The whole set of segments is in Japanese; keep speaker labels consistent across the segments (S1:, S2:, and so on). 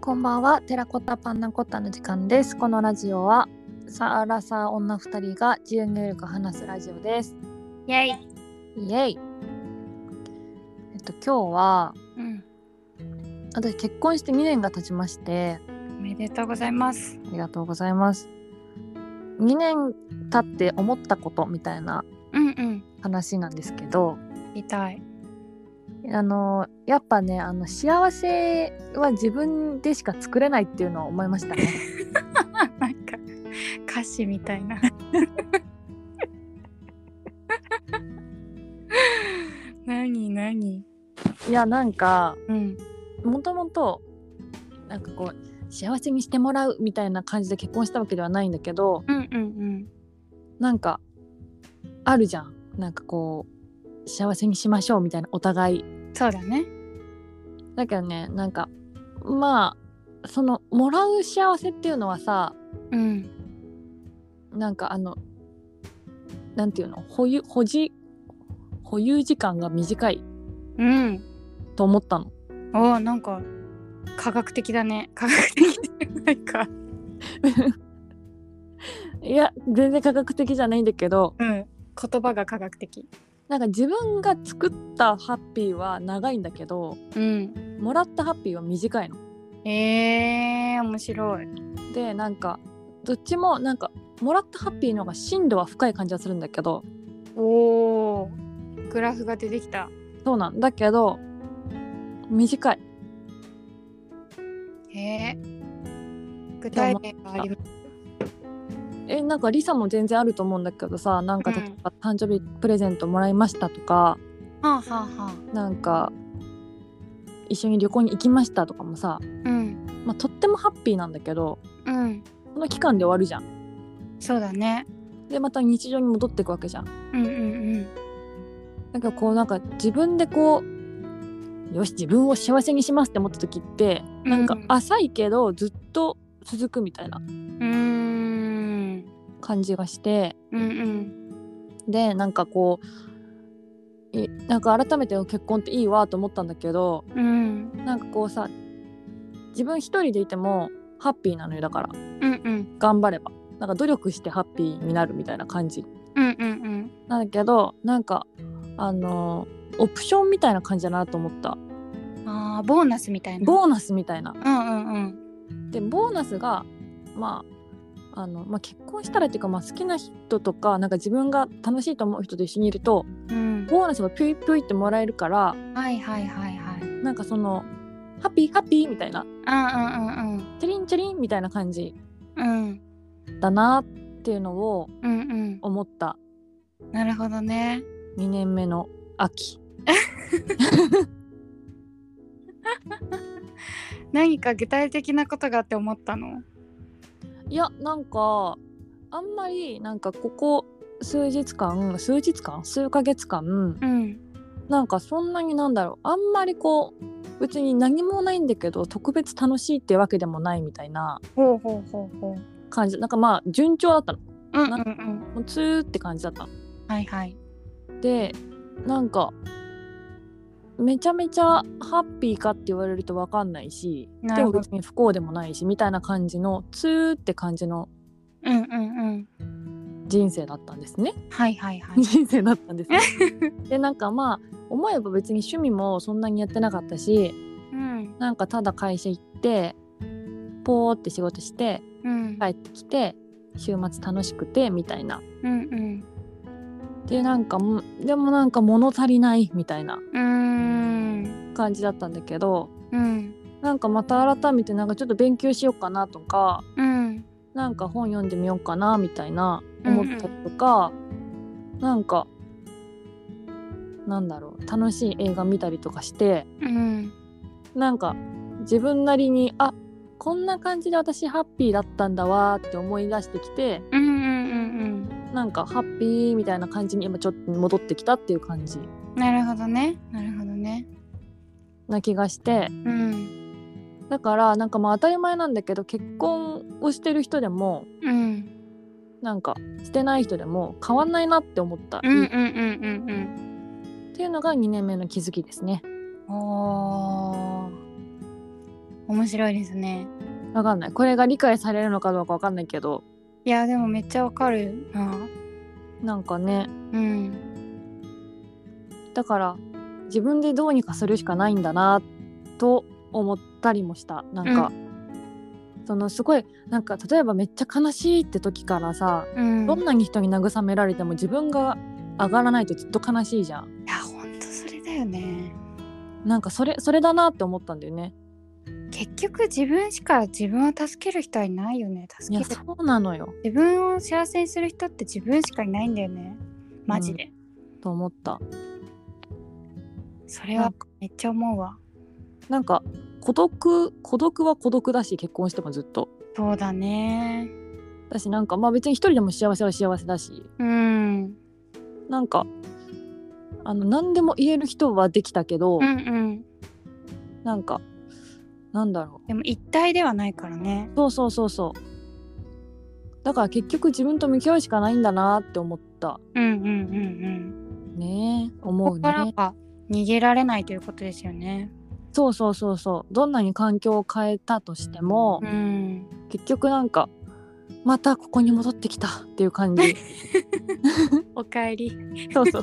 S1: こんばんは、テラコッタパンナコッタの時間です。このラジオは、サーラサー女二人が自由にゆるく話すラジオです。
S2: イェイ、
S1: イエイ。えっと、今日は、
S2: うん、
S1: 私結婚して2年が経ちまして、
S2: おめでとうございます。
S1: ありがとうございます。2年経って思ったことみたいな
S2: うんうん、
S1: 話なんですけど、
S2: 痛い。
S1: あのやっぱねあの幸せは自分でしか作れないっていうのは思いましたね。
S2: なんか歌詞みたいな。 何何？
S1: いやなんか
S2: うん
S1: もともとなんかこう幸せにしてもらうみたいな感じで結婚したわけではないんだけど
S2: うんうん
S1: なんかあるじゃんなんかこう幸せにしましょうみたいなお互い
S2: うん。そうだね。
S1: だけどねなんかまあそのもらう幸せっていうのはさ
S2: うん。
S1: なんかあのなんていうの保有保持保有時間が短い
S2: うん。
S1: と思ったの。
S2: おーなんか科学的だね。 科学的じゃないか。
S1: いや全然科学的じゃないんだけど
S2: うん。言葉が科学的。
S1: なんか自分が作ったハッピーは長いんだけど
S2: うん。
S1: もらったハッピーは短いの。
S2: えー、面白い。
S1: でなんかどっちもなんかもらったハッピーの方が深度は深い感じはするんだけど
S2: おーグラフが出てきた。
S1: そうなんだけど短い
S2: えー、具体例があります。
S1: えなんかリサも全然あると思うんだけどさなんか
S2: うん
S1: 例えば誕生日プレゼントもらいましたとか、
S2: はあはあはあ。
S1: なんか一緒に旅行に行きましたとかもさ、
S2: うん
S1: まあ、とってもハッピーなんだけど
S2: うん
S1: その期間で終わるじゃん。
S2: そうだね
S1: でまた日常に戻っていくわけじゃん。
S2: うんうん
S1: なんかこうなんか自分でこうよし自分を幸せにしますって思った時って
S2: うん
S1: なんか
S2: うん
S1: 浅いけどずっと続くみたいな
S2: うんう
S1: 感じがして
S2: ーんうんうん
S1: でなんかこういなんか改めて結婚っていいわと思ったんだけど
S2: うん
S1: なんかこうさ自分一人でいてもハッピーなのよだから
S2: うんうん
S1: 頑張ればなんか努力してハッピーになるみたいな感じ
S2: うんうん
S1: なんだけどなんかあのオプションみたいな感じだなと思った
S2: うんあーボーナスみたいな
S1: ボーナスみたいな
S2: うんうんうん
S1: でボーナスがまああのまあ、結婚したらっていうか、まあ、好きな人とかなんか自分が楽しいと思う人と一緒にいると
S2: うん
S1: ボーナスがピュイピュイってもらえるから
S2: はいはいはいはいうん
S1: なんかそのハッピーハッピーみたいな
S2: うんうん
S1: チャリンチャリンみたいな感じ
S2: うん
S1: だなっていうのを
S2: うんうん
S1: 思った
S2: うんなるほどね
S1: 2年目の秋
S2: 何か具体的なことがあって思ったの
S1: いやなんかあんまりなんかここ数日間数日間数ヶ月間
S2: うん
S1: なんかそんなになんだろうあんまりこう別に何もないんだけど特別楽しいってわけでもないみたいな
S2: ほうほうほうほう
S1: 感じなんかまあ順調だったの
S2: うんうんうん
S1: もうツーって感じだったの
S2: はいはい
S1: でなんかめちゃめちゃハッピーかって言われると分かんないし
S2: な
S1: で
S2: る
S1: も
S2: ほど
S1: 別に不幸でもないしみたいな感じのツーって感じの
S2: うんうんうん
S1: 人生だったんですね
S2: はいはいはい
S1: 人生だったんです ねでなんかまあ思えば別に趣味もそんなにやってなかったし
S2: うん
S1: なんかただ会社行ってポーって仕事して
S2: うん
S1: 帰ってきて週末楽しくてみたいな
S2: うんうん
S1: でなんかもでもなんか物足りないみたいな
S2: うーん
S1: 感じだったんだけど
S2: うん
S1: なんかまた改めてなんかちょっと勉強しようかなとか
S2: うん
S1: なんか本読んでみようかなみたいな思ったりとか、なんかなんだろう楽しい映画見たりとかして
S2: うん
S1: なんか自分なりにあこんな感じで私ハッピーだったんだわーって思い出してきて
S2: うんうんうん
S1: なんかハッピーみたいな感じに今ちょっと戻ってきたっていう感じ
S2: うんなるほどねなるほどね
S1: な気がして
S2: うん
S1: だからなんかまあ当たり前なんだけど結婚をしてる人でも
S2: うん
S1: なんかしてない人でも変わんないなって思った、
S2: うんうん
S1: っ
S2: うんうん
S1: ていうのが2年目の気づきですね。
S2: うんおー面白いですね
S1: わかんないこれが理解されるのかどうかわかんないけど
S2: いやでもめっちゃわかるな
S1: なんかね
S2: うん
S1: だから自分でどうにかするしかないんだなと思ったりもしたなんか、そのすごいなんか例えばめっちゃ悲しいって時からさ
S2: うん
S1: どんなに人に慰められても自分が上がらないとずっと悲しいじゃん
S2: いやほんとそれだよね
S1: なんかそれそれだなって思ったんだよね
S2: 結局自分しか自分を助ける人はいないよね
S1: い
S2: 助
S1: や
S2: けて
S1: そうなのよ
S2: 自分を幸せにする人って自分しかいないんだよねマジで、
S1: と思った
S2: それはめっちゃ思うわ
S1: なんか孤独孤独は孤独だし結婚してもずっと
S2: そうだね
S1: だしなんかまあ別に一人でも幸せは幸せだし
S2: うん
S1: なんかあの何でも言える人はできたけど、
S2: うんうん
S1: なんかなんだろ
S2: でも一体ではないからね
S1: うそうそうそうそうだから結局自分と向き合うしかないんだなって思った
S2: うんうんうん
S1: ねえ
S2: うんこ
S1: 思う
S2: こから
S1: ね
S2: は逃げられないということですよね
S1: そうそうそうそうどんなに環境を変えたとしても、
S2: うん
S1: 結局なんかまたここに戻ってきたっていう感 じ
S2: おかえり
S1: そうそう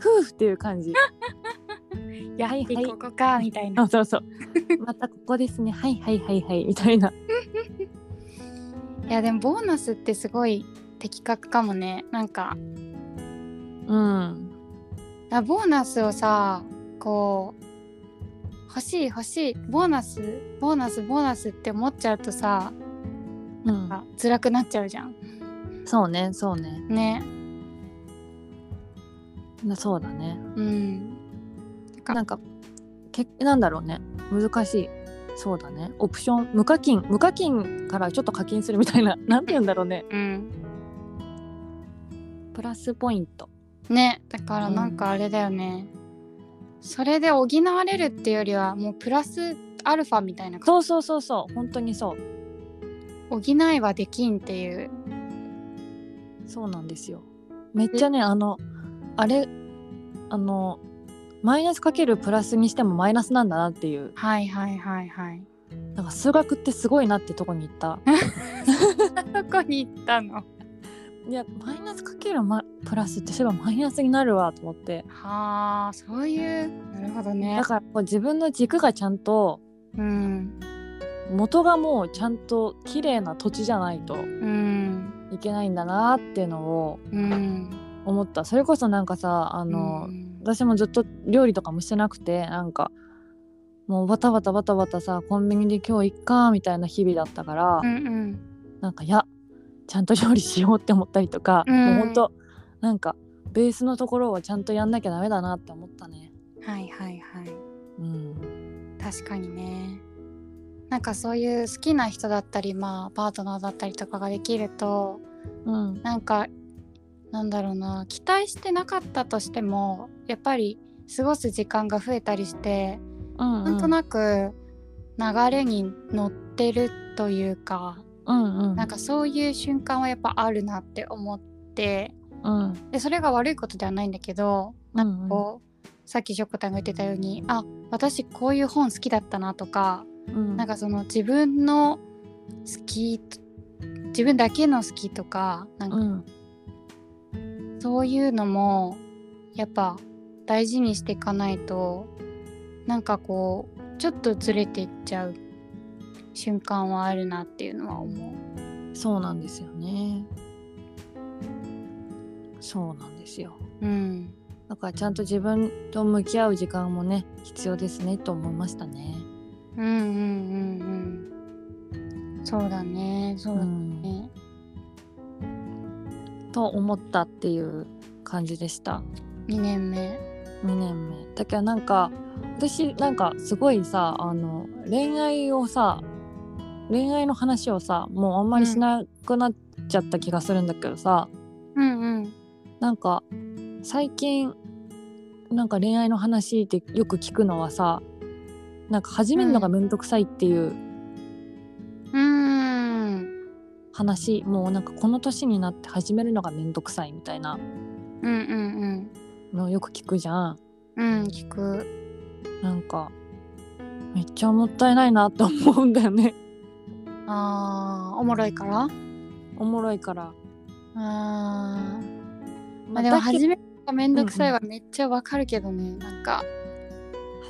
S1: 夫婦っていう感じ
S2: やはり
S1: はいはい
S2: ここかみたいな、、
S1: あそうそうまたここですねはいはいはいはいみたいない
S2: やでもボーナスってすごい的確かもねなんか
S1: うん
S2: あボーナスをさこう欲しい欲しいボーナスボーナスボーナスって思っちゃうとさ
S1: うん
S2: あ辛くなっちゃうじゃん
S1: そうねそうね
S2: ね
S1: なそうだね
S2: うんか
S1: なんかけなんだろうね難しいそうだねオプション無課金無課金からちょっと課金するみたいな なんて言うんだろうね
S2: うん
S1: プラスポイント
S2: ねだからなんかあれだよね、それで補われるっていうよりはもうプラスアルファみたいな
S1: そうそうそうそう本当にそう
S2: 補いはできんっていう
S1: そうなんですよめっちゃねあのあれあのマイナスかけるプラスにしてもマイナスなんだなっていう
S2: はいはいはいはい
S1: なんか数学ってすごいなってとこに行った
S2: どこに行ったのはい
S1: やマイナスかける、ま、プラスってそういえばマイナスになるわと思って、
S2: あそういうなるほどね
S1: だからこう自分の軸がちゃんと
S2: うん
S1: 元がもうちゃんと綺麗な土地じゃないと
S2: うん
S1: いけないんだなっていうのを
S2: うん
S1: 思ったそれこそなんかさあの、
S2: うん
S1: 私もずっと料理とかもしてなくてなんかもうバタバタバタバタさコンビニで今日行っかみたいな日々だったから、
S2: うん
S1: なんかいやちゃんと料理しようって思ったりとか、
S2: うん
S1: もうほんとなんかベースのところはちゃんとやんなきゃダメだなって思ったね。
S2: うん、はいはいはい
S1: うん、
S2: 確かにねなんかそういう好きな人だったりまあパートナーだったりとかができると
S1: うん、
S2: なんかなんだろうな期待してなかったとしてもやっぱり過ごす時間が増えたりして
S1: うん、
S2: なんと
S1: く、
S2: なく流れに乗ってるというか、
S1: うんうん、
S2: なんかそういう瞬間はやっぱあるなって思って
S1: うん、
S2: でそれが悪いことではないんだけど
S1: なんか
S2: こうさっきしょこたんが言ってたようにあ私こういう本好きだったなとか、
S1: う、うん、
S2: なんかその自分の好き自分だけの好きとかな
S1: う
S2: んか
S1: ん、
S2: そういうのもやっぱ大事にしていかないとなんかこうちょっとずれていっちゃう瞬間はあるなっていうのは思う。
S1: そうなんですよね。そうなんですよ。
S2: うん、
S1: だからちゃんと自分と向き合う時間もね必要ですねと思いましたね。
S2: うんうんうんうんそうだねそう
S1: う
S2: だね、
S1: ん、と思ったっていう感じでした
S2: 2年目
S1: 2年目。だけどなんか私なんかすごいさあの恋愛をさ恋愛の話をさもうあんまりしなくなっちゃった気がするんだけどさ、
S2: うんうん
S1: なんか最近なんか恋愛の話ってよく聞くのはさなんか始めるのが面倒くさいっていう
S2: うーん
S1: 話、もうなんかこの年になって始めるのが面倒くさいみたいな
S2: うんうん
S1: のよく聞くじゃん
S2: うんうん聞く
S1: なんかめっちゃもったいないなって思うんだよね
S2: あーおもろいから
S1: おもろいから
S2: あー
S1: まあ
S2: まあで
S1: だ
S2: も
S1: け
S2: 初めがめんどくさいはめっちゃわかるけどね、なんか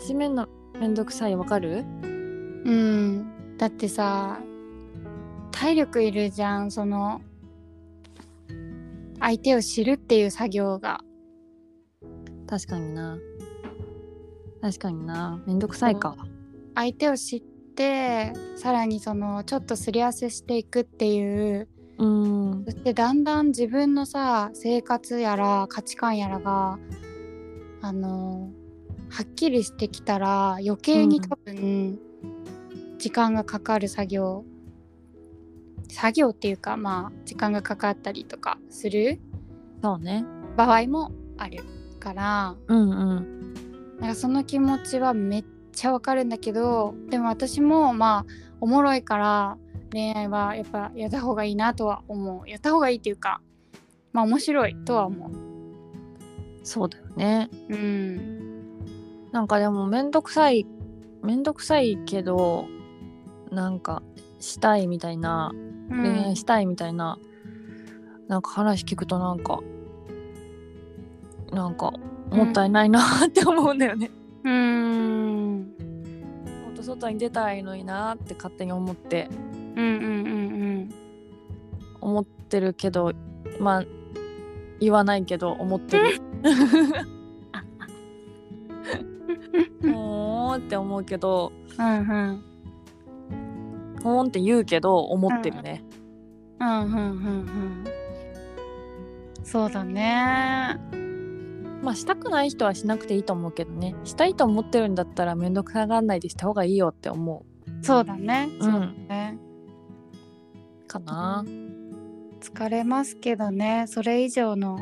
S1: 始めんのめんどくさいわかる
S2: うんだってさ体力いるじゃんその相手を知るっていう作業が
S1: 確かにな確かになめんどくさいか
S2: 相手を知ってさらにそのちょっとすり合わせしていくっていう
S1: うん
S2: そしてだんだん自分のさ生活やら価値観やらがあのはっきりしてきたら余計に多分時間がかかる作業、作業っていうかまあ時間がかかったりとかする
S1: そうね
S2: 場合もあるから
S1: うんうん
S2: なんかその気持ちはめっちゃわかるんだけどでも私もまあおもろいから恋愛はやっぱやった方がいいなとは思うやった方がいいっていうかまあ面白いとは思う
S1: そうだよね
S2: うん
S1: なんかでもめんどくさいめんどくさいけどなんかしたいみたいな
S2: うん
S1: 恋愛したいみたいな、なんか話聞くとなんかなんかもったいないなって思うんだよね、
S2: うーん
S1: もっと外に出たらいいのになって勝手に思って
S2: うんうんうん
S1: 思ってるけどまあ言わないけど思って る ほーんって思うけど
S2: うんうんうん
S1: ほーんって言うけど思ってるね、
S2: うんうんうんうんそうだね
S1: まあしたくない人はしなくていいと思うけどねしたいと思ってるんだったら面倒くさがらないでした方がいいよって思
S2: そうだね
S1: う、
S2: そうだ
S1: ん、
S2: ね、
S1: かな、
S2: 疲れますけどねそれ以上の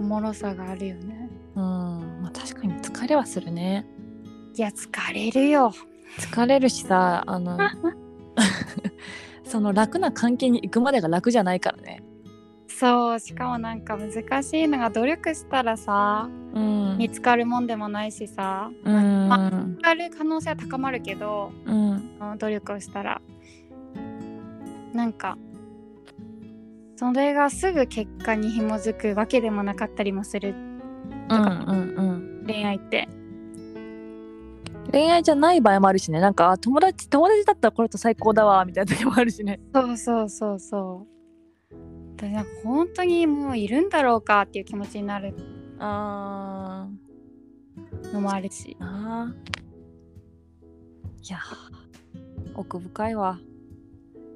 S2: おもろさがあるよね
S1: うん、まあ、確かに疲れはするね
S2: いや疲れるよ
S1: 疲れるしさあ のその楽な関係に行くまでが楽じゃないからね
S2: そうしかもなんか難しいのが努力したらさ
S1: うん
S2: 見つかるもんでもないしさ
S1: う
S2: まあ
S1: ん
S2: 見つかる可能性は高まるけど
S1: うん
S2: あの努力をしたらなんかそれがすぐ結果に紐づくわけでもなかったりもする
S1: うんうんうん
S2: 恋愛って
S1: 恋愛じゃない場合もあるしねなんかあ友達友達だったらこれと最高だわみたいな時もあるしね
S2: そうそうそうそうだからなんか本当にもういるんだろうかっていう気持ちになる
S1: あ
S2: のもあるし
S1: ーあーいやー奥深いわ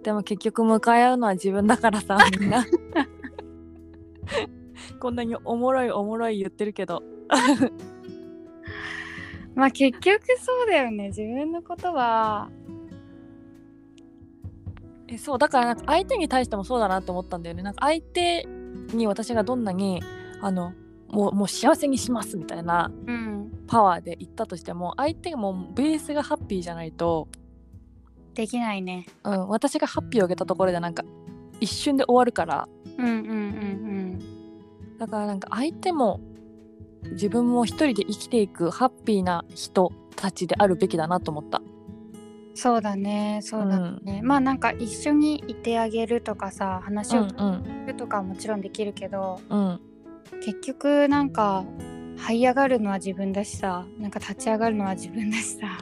S1: でも結局向かい合うのは自分だからさみんなこんなにおもろいおもろい言ってるけど
S2: まあ結局そうだよね自分のことは
S1: えそうだからなんか相手に対してもそうだなって思ったんだよねなんか相手に私がどんなにあのもうもう幸せにしますみたいな
S2: うん
S1: パワーで言ったとしても相手がもうベースがハッピーじゃないと、
S2: できないね
S1: うん、私がハッピーをあげたところでなんか一瞬で終わるから
S2: うんうんうん
S1: だからなんか相手も自分も一人で生きていくハッピーな人たちであるべきだなと思った。
S2: うんそうだねそうだね、まあなんか一緒にいてあげるとかさ話を聞
S1: ん
S2: くとかはもちろんできるけど、
S1: うんうん
S2: 結局なんか這い上がるのは自分だしさなんか立ち上がるのは自分だしさ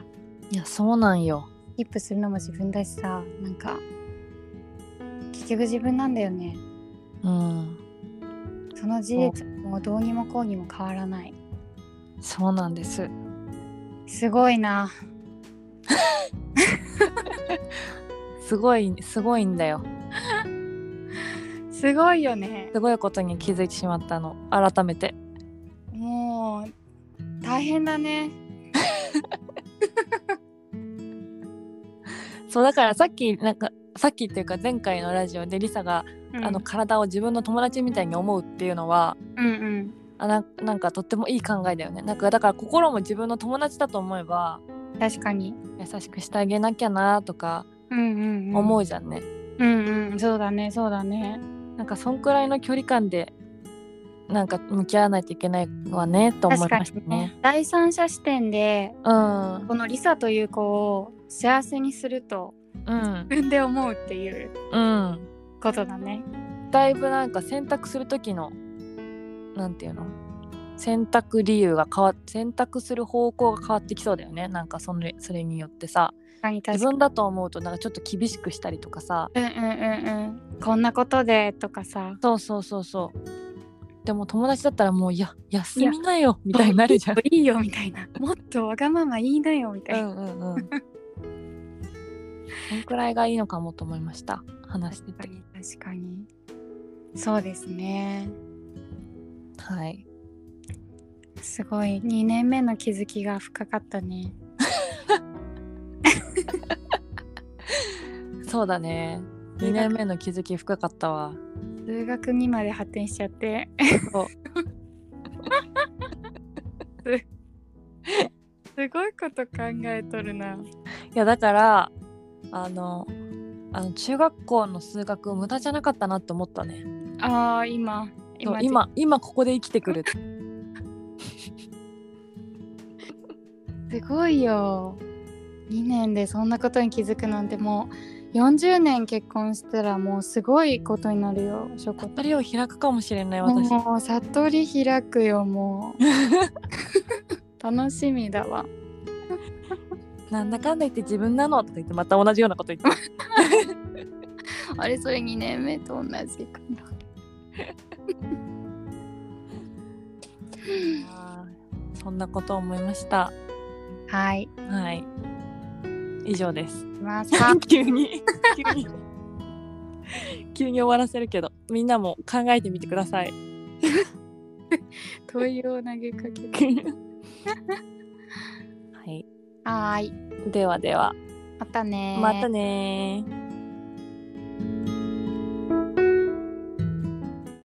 S1: いやそうなんよ。
S2: キープするのも自分だしさなんか結局自分なんだよね
S1: うん
S2: その事実はもうどうにもこうにも変わらない
S1: そうなんです。
S2: すごいな
S1: すごいすごいんだよ。
S2: すごいよね
S1: すごいことに気づいてしまったの改めて
S2: もう大変だね。
S1: そうだからさっきなんかさっきっていうか前回のラジオでリサが、
S2: うん、
S1: あの体を自分の友達みたいに思うっていうのは
S2: うんうん
S1: あななんかとってもいい考えだよねなんかだから心も自分の友達だと思えば
S2: 確かに。
S1: 優しくしてあげなきゃなとか
S2: うんうん、うん、
S1: 思
S2: う。
S1: うじゃんね、
S2: うんうんそうだねそうだね。
S1: なんかそんくらいの距離感でなんか向き合わないといけないわねと思
S2: 確
S1: い
S2: か
S1: ました
S2: に
S1: ね。
S2: ね第三者視点で
S1: うん、
S2: このリサという子を幸せにすると
S1: うん、
S2: 自分で思うっていう
S1: うん。
S2: ことだね。
S1: だいぶなんか選択する時のなんていうの選択理由が変わ選択する方向が変わってきそうだよねなんかそれそれによってさ
S2: 確かに確
S1: 自
S2: かに
S1: 分だと思うとなんかちょっと厳しくしたりとかさ
S2: うんうんうんうんこんなことでとかさ
S1: そうそうそうそうでも友達だったらもういや休みなよみたいになるじゃん。
S2: いいよみたいなもっとわがまま言いなよみた
S1: う
S2: いな、
S1: んうんうん。そんくらいがいいのかもと思いました話して
S2: 確か
S1: て。
S2: に確かにそうですね
S1: はい。
S2: すごい2年目の気づきが深かったね
S1: そうだね。2年目の気づき深かったわ。
S2: 数学にまで発展しちゃって
S1: そう
S2: す すごいこと考えとるない
S1: やだからあのあの中学校の数学無駄じゃなかったなって思ったね。
S2: あー今
S1: そう
S2: 今
S1: 今今ここで生きてくる。
S2: すごいよ2年でそんなことに気づくなんてもう40年結婚したらもうすごいことになるよしょこ
S1: 悟りを開くかもしれない私。
S2: もう悟り開くよも う楽しみだわ
S1: なんだかんだ言って自分なのとか言ってまた同じようなこと言って。
S2: あれそれ2年目と同じかな
S1: あーそんなこと思いました。
S2: はい
S1: はい。以上です。
S2: いきますか
S1: 急に急に急に終わらせるけどみんなも考えてみてください。
S2: 問いを投げかける
S1: はい。
S2: はーい
S1: ではでは
S2: またねー
S1: またねー